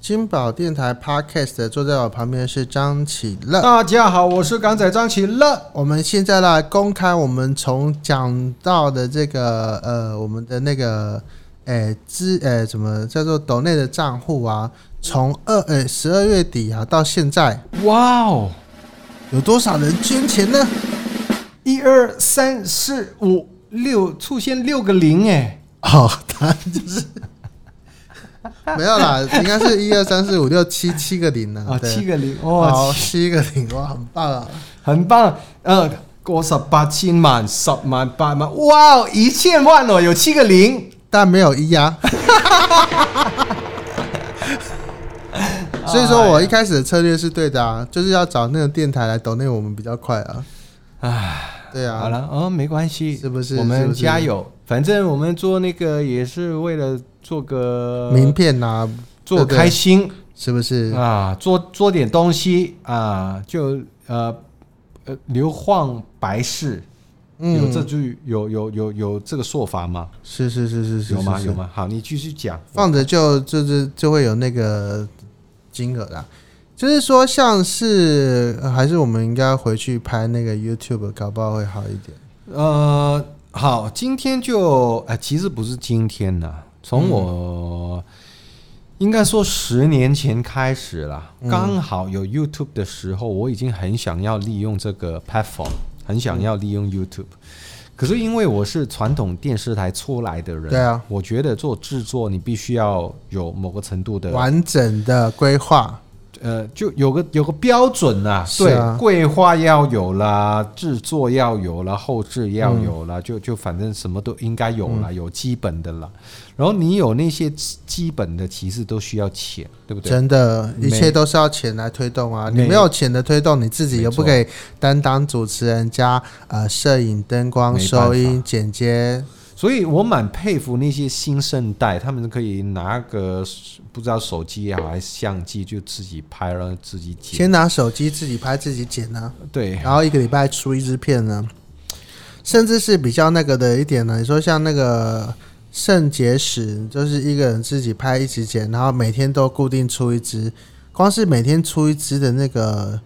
金宝电台 Podcast，坐在我旁边是张启乐。 大家好，我是港仔张启乐。我们现在来公开我们从讲到的这个呃，我们的那个诶资诶怎么叫做抖内的账户啊，从二诶十二月底啊到现在，哇哦，有多少人捐钱呢？一二三四五六，出现六个零哎，哦，答案就是没有啦，应该是一二三四五六七七个零呢、啊，对七个零好哇，七个零哇，很棒啊！很棒。呃，过十八千万、十万、八万，哇哦，一千万哦，有七个零。但没有一 啊。所以说我一开始的策略是对的哎啊，就是要找那个电台来抖内我们比较快啊。唉，对好啊，了，哦，没关系，是不是我是们不是加油，反正我们做那个也是为了做个名片呐、做对对开心是不是？啊，做做点东西啊，就呃呃流晃白事。有这嗯，句有有有有这个说法吗？是是是是是，有吗？是哦有？吗？好，你继续讲。放着就就是就会有那个金额啦。就是说，像是、呃还是我们应该回去拍那个 YouTube，搞不好会好一点。呃，好，今天就呃，其实不是今天了，嗯从我、应该说十年前开始啦，嗯刚好有 YouTube 的时候，我已经很想要利用这个 platform，很嗯想要利用 YouTube。可是因为我是传统电视台出来的人，对啊，我觉得做制作你必须要有某个程度的完整的规划，呃，就有个有个标准啦，是对啊，规划要有啦，制作要有啦，后置要有嗯啦，就就反正什么都应该有啦，有基本的啦。然后你有那些基基本的，其实都需要钱，对不对？真的，每一切都是要钱来推动啊！你每没有钱的推动，你自己没又不错可以担当主持人加呃摄影、灯光、没办收音、法剪接，所以我蛮佩服那些新生代，他们可以拿个不知道手机也好还是相机，就自己拍然后自己剪。先拿手机自己拍自己剪啊，对，然后一个礼拜出一支片呢、甚至是比较那个的一点呢，你说像那个。肾结石就是一个人自己拍一直剪，然后每天都固定出一支，光是每天出一支的那个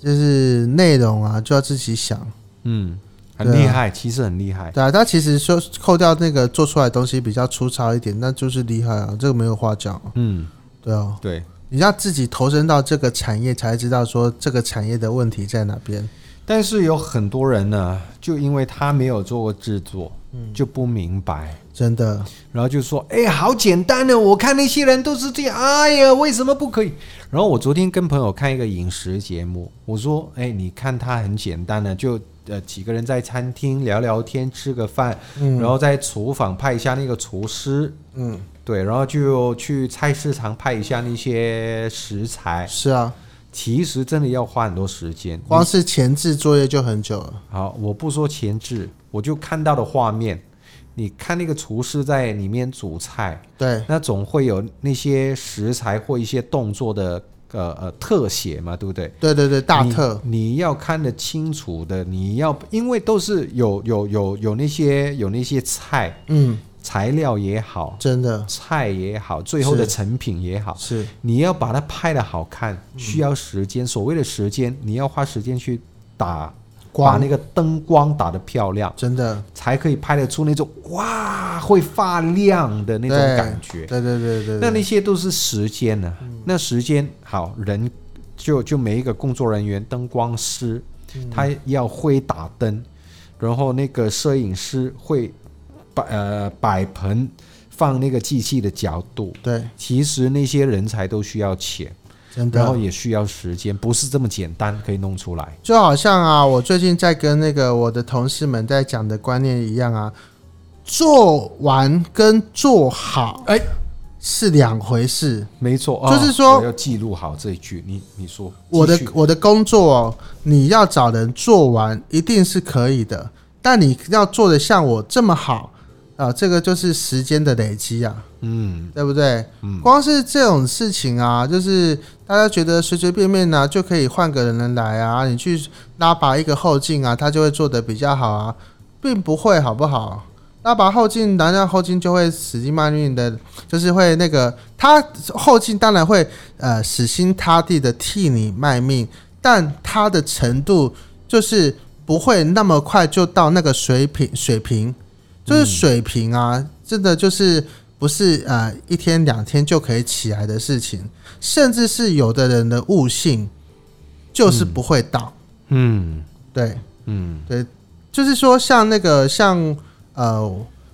就是内容啊，就要自己想。嗯，很对啊厉害，其实很厉害。对啊，他其实说扣掉那个做出来的东西比较粗糙一点，那就是厉害啊，这个没有话讲啊。嗯，对啊，对。你要自己投身到这个产业，才知道说这个产业的问题在哪边。但是有很多人呢，就因为他没有做过制作，就不明白，真的，然后就说：“哎、好简单的，我看那些人都是这样，哎呀，为什么不可以？”然后我昨天跟朋友看一个饮食节目，我说：“哎、你看它很简单的，就呃几个人在餐厅聊聊天，吃个饭，然后在厨房拍一下那个厨师，嗯，对，然后就去菜市场拍一下那些食材。是啊，其实真的要花很多时间，光是前置作业就很久了。好，我不说前置，我就看到的画面，你看那个厨师在里面煮菜，对，那总会有那些食材或一些动作的呃呃特写嘛，对不对？对对对，大特，你，你要看得清楚的，你要因为都是有有有有那些有那些菜嗯，材料也好，真的菜也好，最后的是成品也好，是你要把它拍的好看，嗯需要时间。所谓的时间，你要花时间去打把光那个灯光打得漂亮，真的，才可以拍得出那种哇会发亮的那种对感对觉。对对嗯对，那那些都是时间呢、那时间好，人就就每一个工作人员，灯光师嗯他要会打灯，然后那个摄影师会摆呃摆盆放那个机器的角度。对其实那些人才都需要钱，真的然，后也需要时间，不是这么简单可以弄出来。就好像啊，我最近在跟那个我的同事们在讲的观念一样啊，做完跟做好，哎是两回事。没错，就哦是说我要记录好这一句。你你说，我的继续我的工作、哦，你要找人做完一定是可以的，但你要做的像我这么好啊，这个就是时间的累积啊，嗯，对不对？嗯光是这种事情啊，就是大家觉得随随便便呢、就可以换个人来啊，你去拉拔一个后劲啊，他就会做得比较好啊，并不会好不好？拉拔后劲，然后后劲就会死劲慢运的，就是会那个他后劲当然会呃死心塌地的替你卖命，但他的程度就是不会那么快就到那个水平水平，就是水平啊，真的就是不是呃一天两天就可以起来的事情，甚至是有的人的悟性就是不会到，嗯对。嗯就是说像那个像呃，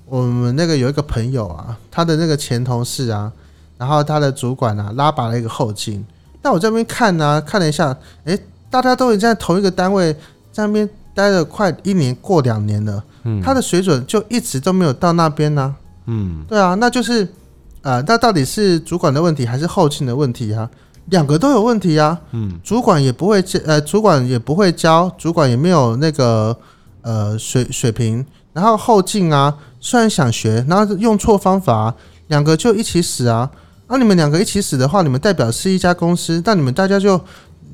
我们那个有一个朋友啊，他的那个前同事啊，然后他的主管啊，拉拔了一个后劲。那我这边看呢、看了一下，诶，大家都已经在同一个单位在那边待了快一年，过两年了，嗯他的水准就一直都没有到那边呢、嗯，对啊，那就是呃，那到底是主管的问题还是后勤的问题啊？两个都有问题啊。嗯，主管也不会教，呃，主管也不会教，主管也没有那个呃水水平。然后后进啊，虽然想学，然后用错方法啊、两个就一起死啊。那、你们两个一起死的话，你们代表是一家公司，那你们大家就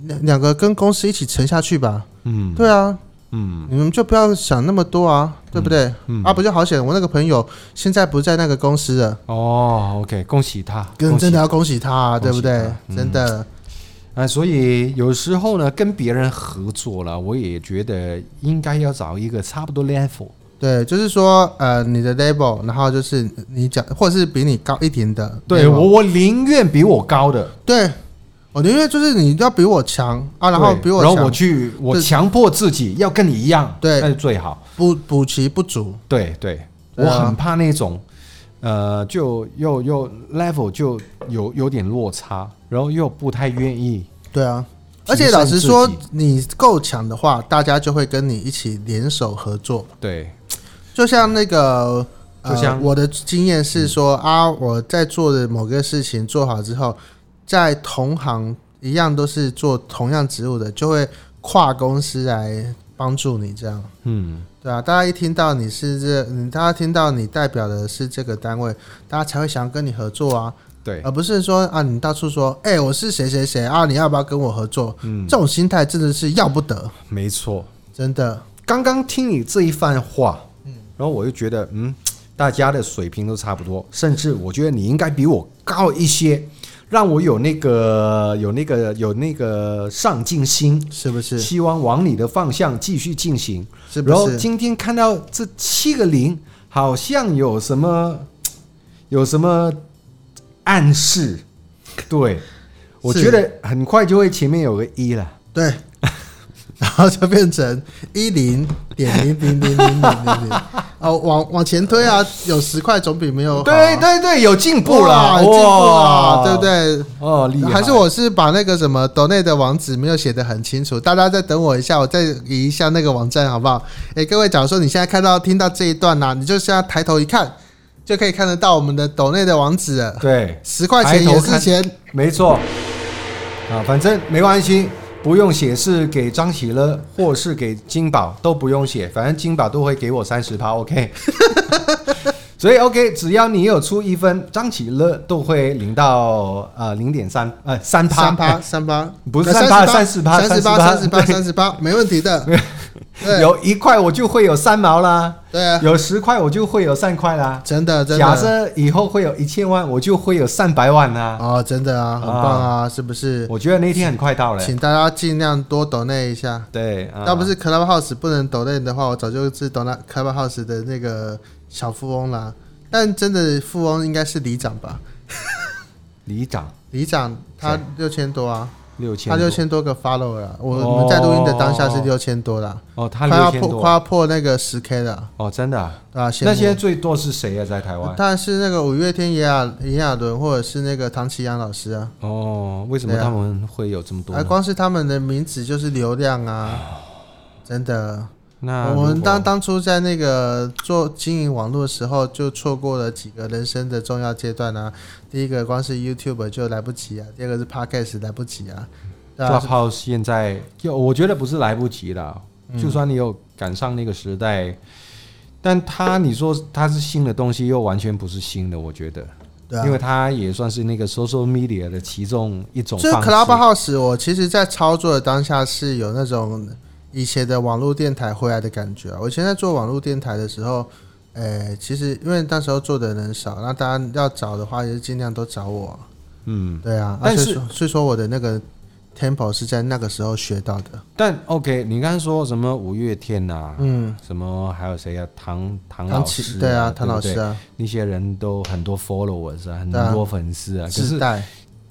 两两个跟公司一起沉下去吧。嗯，对啊，嗯你们就不要想那么多啊，对不对？嗯啊，不就好险？我那个朋友现在不在那个公司了，哦，OK，恭喜他，跟恭喜真的要恭喜他、啊，对恭不喜对？他嗯真的，啊，所以有时候呢，跟别人合作了，我也觉得应该要找一个差不多 level，对，就是说，呃，你的 label，然后就是你讲，或是比你高一点的 label，对我我宁愿比我高的，对我宁愿就是你要比我强啊，然后对比我然后强我，去我对强迫自己要跟你一样，对那就最好。补补齐不足，对对，我对啊很怕那种，呃，就又又 level 就有有点落差，然后又不太愿意。对啊。提而且老升实自说己，你够强的话，大家就会跟你一起联手合作。对，就像那个，呃、就像我的经验是说、啊，我在做的某个事情做好之后，在同行一样都是做同样职务的，就会跨公司来帮助你这样。嗯，对啊，大家一听到你是这，嗯，大家听到你代表的是这个单位，大家才会想要跟你合作啊，对，而不是说啊，你到处说，哎、我是谁谁谁啊，你要不要跟我合作？嗯，这种心态真的是要不得，没错。真的。刚刚听你这一番话，嗯，然后我就觉得，嗯，大家的水平都差不多，甚至我觉得你应该比我高一些，让我有那个有那个有那个上进心，是不是？希望往你的方向继续进行。是然不后是？今天看到这七个零，好像有什么有什么暗示， 对我是觉得很快就会前面有个一了。对， 然后就变成一零点零零零零零零零，哦，往往前推啊，有十块总比没有好啊对对对，有进步哇了，进步哇了，对不？对？哦，厉害！还是我是把那个什么 donate 的网址没有写的很清楚，大家再等我一下，我再移一下那个网站好不好？诶，各位，假如说你现在看到听到这一段呢、你就现在抬头一看，就可以看得到我们的 donate 的网址了，对，十块钱也抬头是看钱，没错啊，反正没关系，不用写是给张喜乐或是给金宝都不用写，反正金宝都会给我三十趴，OK。所以 OK，只要你有出一分，张喜乐都会领到呃零点三呃三趴三趴三趴，不是三趴十八三三十八八三十八对三十八，没问题的。对有一块我就会有三毛啦，对啊，有十块我就会有三块啦。真的真的。假设以后会有一千万，我就会有三百万啦。哦，真的啊，很棒啊，是不是？我觉得那天很快到了，请大家尽量多抖内一下。对，啊要不是 Clubhouse 不能抖内的话，我早就是抖那 Clubhouse 的那个小富翁啦。但真的富翁应该是里长吧？里长里长他六千多啊，六千，他六千多个 follow 啦。我哦我们在录音的当下是六千多啦，哦，他快要六千破多快要破那个十 K 了，哦，真的、啊？对吧？羡慕那现在最多是谁啊？在台湾？当然是那个五月天、炎亚炎亚纶或者是那个唐奇阳老师啊。哦，为什么对啊他们会有这么多而哎呢？光是他们的名字就是流量 啊，真的。那我们当当当初在那个做经营网络的时候，就错过了几个人生的重要阶段啊。第一个光是 YouTube 就来不及啊，第二个是 Podcast 来不及啊，对啊， Clubhouse 现在就我觉得不是来不及了，嗯就算你有赶上那个时代，但它你说它是新的东西，又完全不是新的，我觉得，对啊因。为它也算是那个 social media 的其中一种就是方式。 Clubhouse，我其实在操作的当下是有那种以前的网络电台回来的感觉啊。我以前在做网络电台的时候，呃，其实因为那时候做的人少，那大家要找的话，也是尽量都找我啊。嗯，对啊，啊但所以是说所以说我的那个 tempo 是在那个时候学到的。但 OK，你刚才说什么五月天呐、啊嗯，什么还有谁呀、唐唐唐老启师、对啊，啊，唐老师对不对啊，那些人都很多 followers 啊，很对啊多粉丝啊。可自是带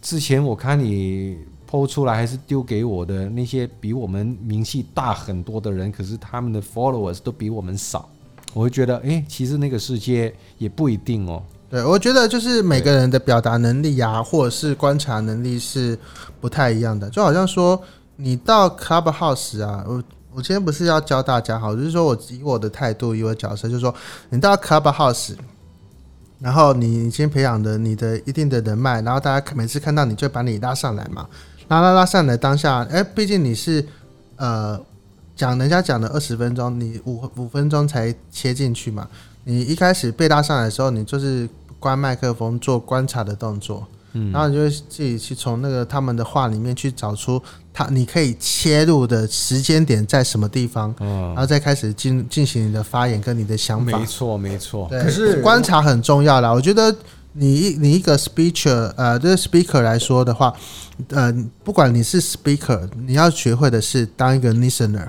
之前我看你 PO 出来还是丢给我的那些比我们名气大很多的人，可是他们的 followers 都比我们少，我会觉得，诶，其实那个世界也不一定哦。对，我觉得就是每个人的表达能力呀、或者是观察能力是不太一样的。就好像说，你到 Clubhouse 啊，我我今天不是要教大家哈，我就是说我以我的态度，以我的角色，就是说你到 Clubhouse，然后你已经培养的你的一定的人脉，然后大家看每次看到你就把你拉上来嘛，拉拉拉上来当下，哎，毕竟你是呃讲人家讲的二十分钟，你五五分钟才切进去嘛。你一开始被拉上来的时候，你就是关麦克风做观察的动作，嗯，然后你就会自己去从那个他们的话里面去找出他你可以切入的时间点在什么地方，然嗯，后再开始进哦进行你的发言跟你的想法没。错没错。对哦可是观察很重要啦，我觉得你一你一个 speaker 呃，就是 speaker 来说的话，呃，不管你是 speaker，你要学会的是当一个 listener。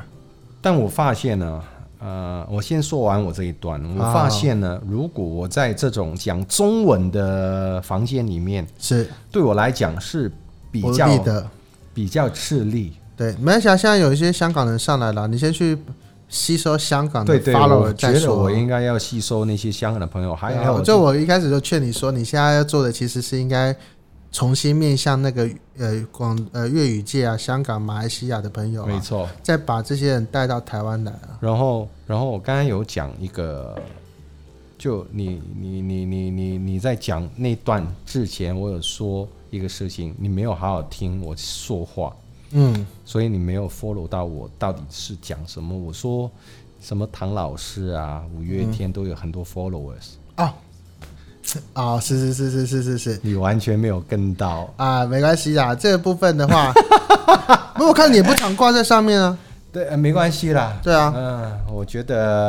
但我发现呢，呃，我先说完我这一段。啊啊我发现呢，如果我在这种讲中文的房间里面，是对我来讲是比不较利的，比较吃力。对，没关系啊。现在有一些香港人上来了，你先去吸收香港的对对， follower 我啊再觉得说我。应该要吸收那些香港的朋友，还对啊有就我一开始就劝你说，你现在要做的其实是应该重新面向那个呃广呃粤语界啊、香港、马来西亚的朋友没啊，错。再把这些人带到台湾来啊。然后，然后我刚刚有讲一个，就你你你你你你在讲那段之前，我有说一个事情，你没有好好听我说话。嗯，所以你没有 follow 到我到底是讲什么。我说什么唐老师啊，五月嗯天都有很多 followers，、哦，哦，是是是是是是是你完全没有跟到。啊，没关系啦，这个部分的 话，没有我看你也不常挂在上面啊。对，呃没关系啦。对啊嗯、我觉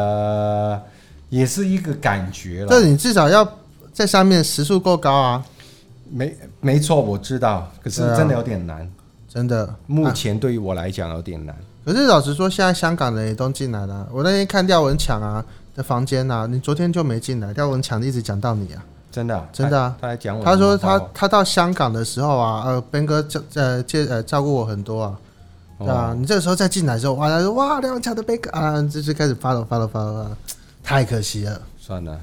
得也是一个感觉这了。你至少要在上面时速够高啊，没没错，我知道，可是对啊真的有点难。真的。目前对于我来讲有点难。可是老实说，现在香港人也都进来了。啊我那天看廖文强啊的房间啊，你昨天就没进来，廖文强一直讲到你啊。真的啊，真的啊他他还讲我他什说么话他哦，他到香港的时候啊，呃，Ben 哥照呃介呃照顾我很多啊，哦对啊，你这个时候再进来的时候，哇，他说哇廖文强的 Ben 哥啊，就是开始发了发了发了，太可惜了，算了，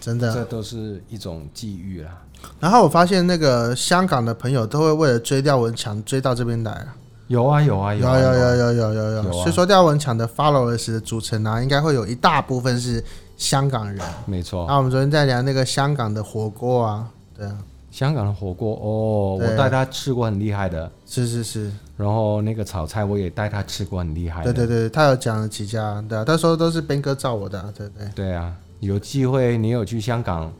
真的。啊这都是一种际遇啦。然后我发现那个香港的朋友都会为了追廖文强追到这边来啊，有啊，有啊，有啊，有啊有有有有有，有啊所以说廖文强的 followers 的组成啊，应该会有一大部分是香港人。啊没错。那我们昨天在聊那个香港的火锅啊，对啊，香港的火锅哦，对我带他吃过很厉害的，是是是，然后那个炒菜我也带他吃过很厉害对的。对对，他有讲了几家，对啊，他说都是边哥照我的、啊，对不对？对啊，有机会你有去香港，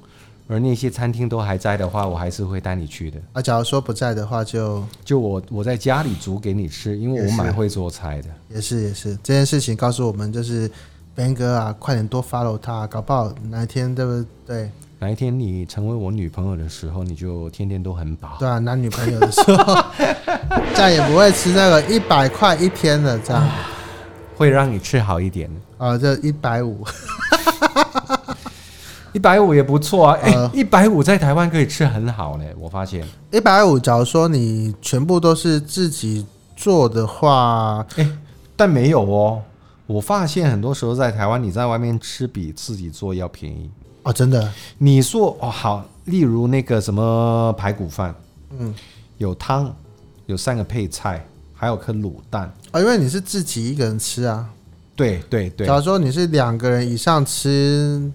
而那些餐厅都还在的话，我还是会带你去的。啊，假如说不在的话就，就我我在家里煮给你吃，因为我蛮会做菜的。也是也是，这件事情告诉我们就是边哥啊，快点多 follow 他、搞不好哪一天对不对？哪一天你成为我女朋友的时候，你就天天都很饱。对啊，男女朋友的时候，这样也不会吃那个一百块一天的这样，会让你吃好一点。啊，这一百五，一百五也不错啊，哎呃，一百五在台湾可以吃很好嘞，我发现。一百五。假如说你全部都是自己做的话，但没有哦，我发现很多时候在台湾，你在外面吃比自己做要便宜。哦，真的，你说哦好，例如那个什么排骨饭，嗯，有汤，有三个配菜，还有颗卤蛋。哦，因为你是自己一个人吃啊。对对对假，如说你是两个人以上吃，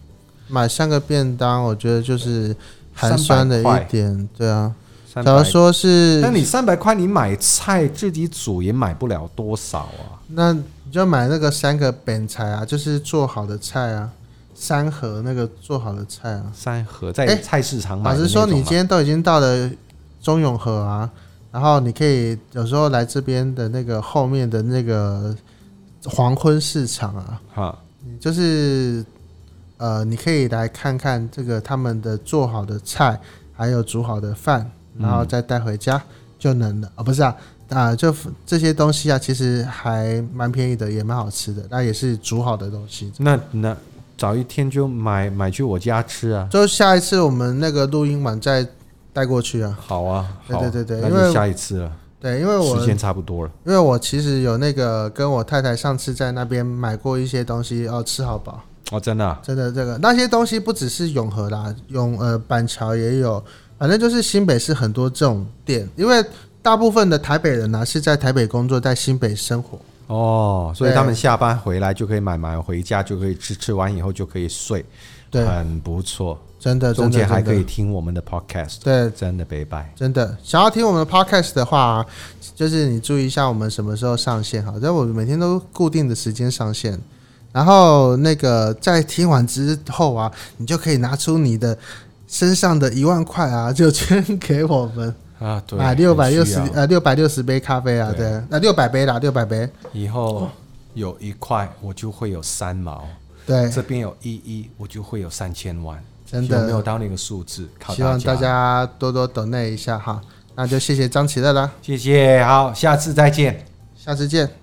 买三个便当，我觉得就是寒酸的300块一点，对啊。三假如百。说是，但你三百块，你买菜自己煮也买不了多少啊。那你就买那个三个本菜啊，就是做好的菜啊，三盒那个做好的菜啊。三盒在哎菜市场买老的实那说，种啊你嘛今天都已经到了中永和啊，然后你可以有时候来这边的那个后面的那个黄昏市场啊，哈，就是呃，你可以来看看这个他们的做好的菜，还有煮好的饭，然后再带回家就能了。哦，不是啊，啊、就这些东西啊，其实还蛮便宜的，也蛮好吃的，那也是煮好的东西。那那早一天就买买去我家吃啊。就下一次我们那个录音完再带过去啊。好啊，对好啊对对对那因为就下一次了，对，因为我时间差不多了。因为我其实有那个跟我太太上次在那边买过一些东西，哦，吃好饱，哦，真的啊、真的这个那些东西不只是永和啦，永呃板桥也有，反正就是新北市很多这种店，因为大部分的台北人呢、啊是在台北工作，在新北生活，哦，所以对他们下班回来就可以买买回家就可以吃，吃完以后就可以睡，对，很不错。真的，中真间的还真可以的，听我们的 podcast，对，真的拜拜。真的想要听我们的 podcast 的话、就是你注意一下我们什么时候上线好，但我每天都固定的时间上线。然后那个在听完之后啊，你就可以拿出你的身上的一万块啊，就捐给我们啊，对，买六百六十很需要呃六百六十杯咖啡啊，对对，那六百杯啦，六百杯，以后有一块我就会有三毛，对，这边有一一我就会有三千万，哎真有没有的，到那个数字？靠希望大大家，家多多 donate 一下哈。那就谢谢张琪乐啦，谢谢，好，下次再见。下次见。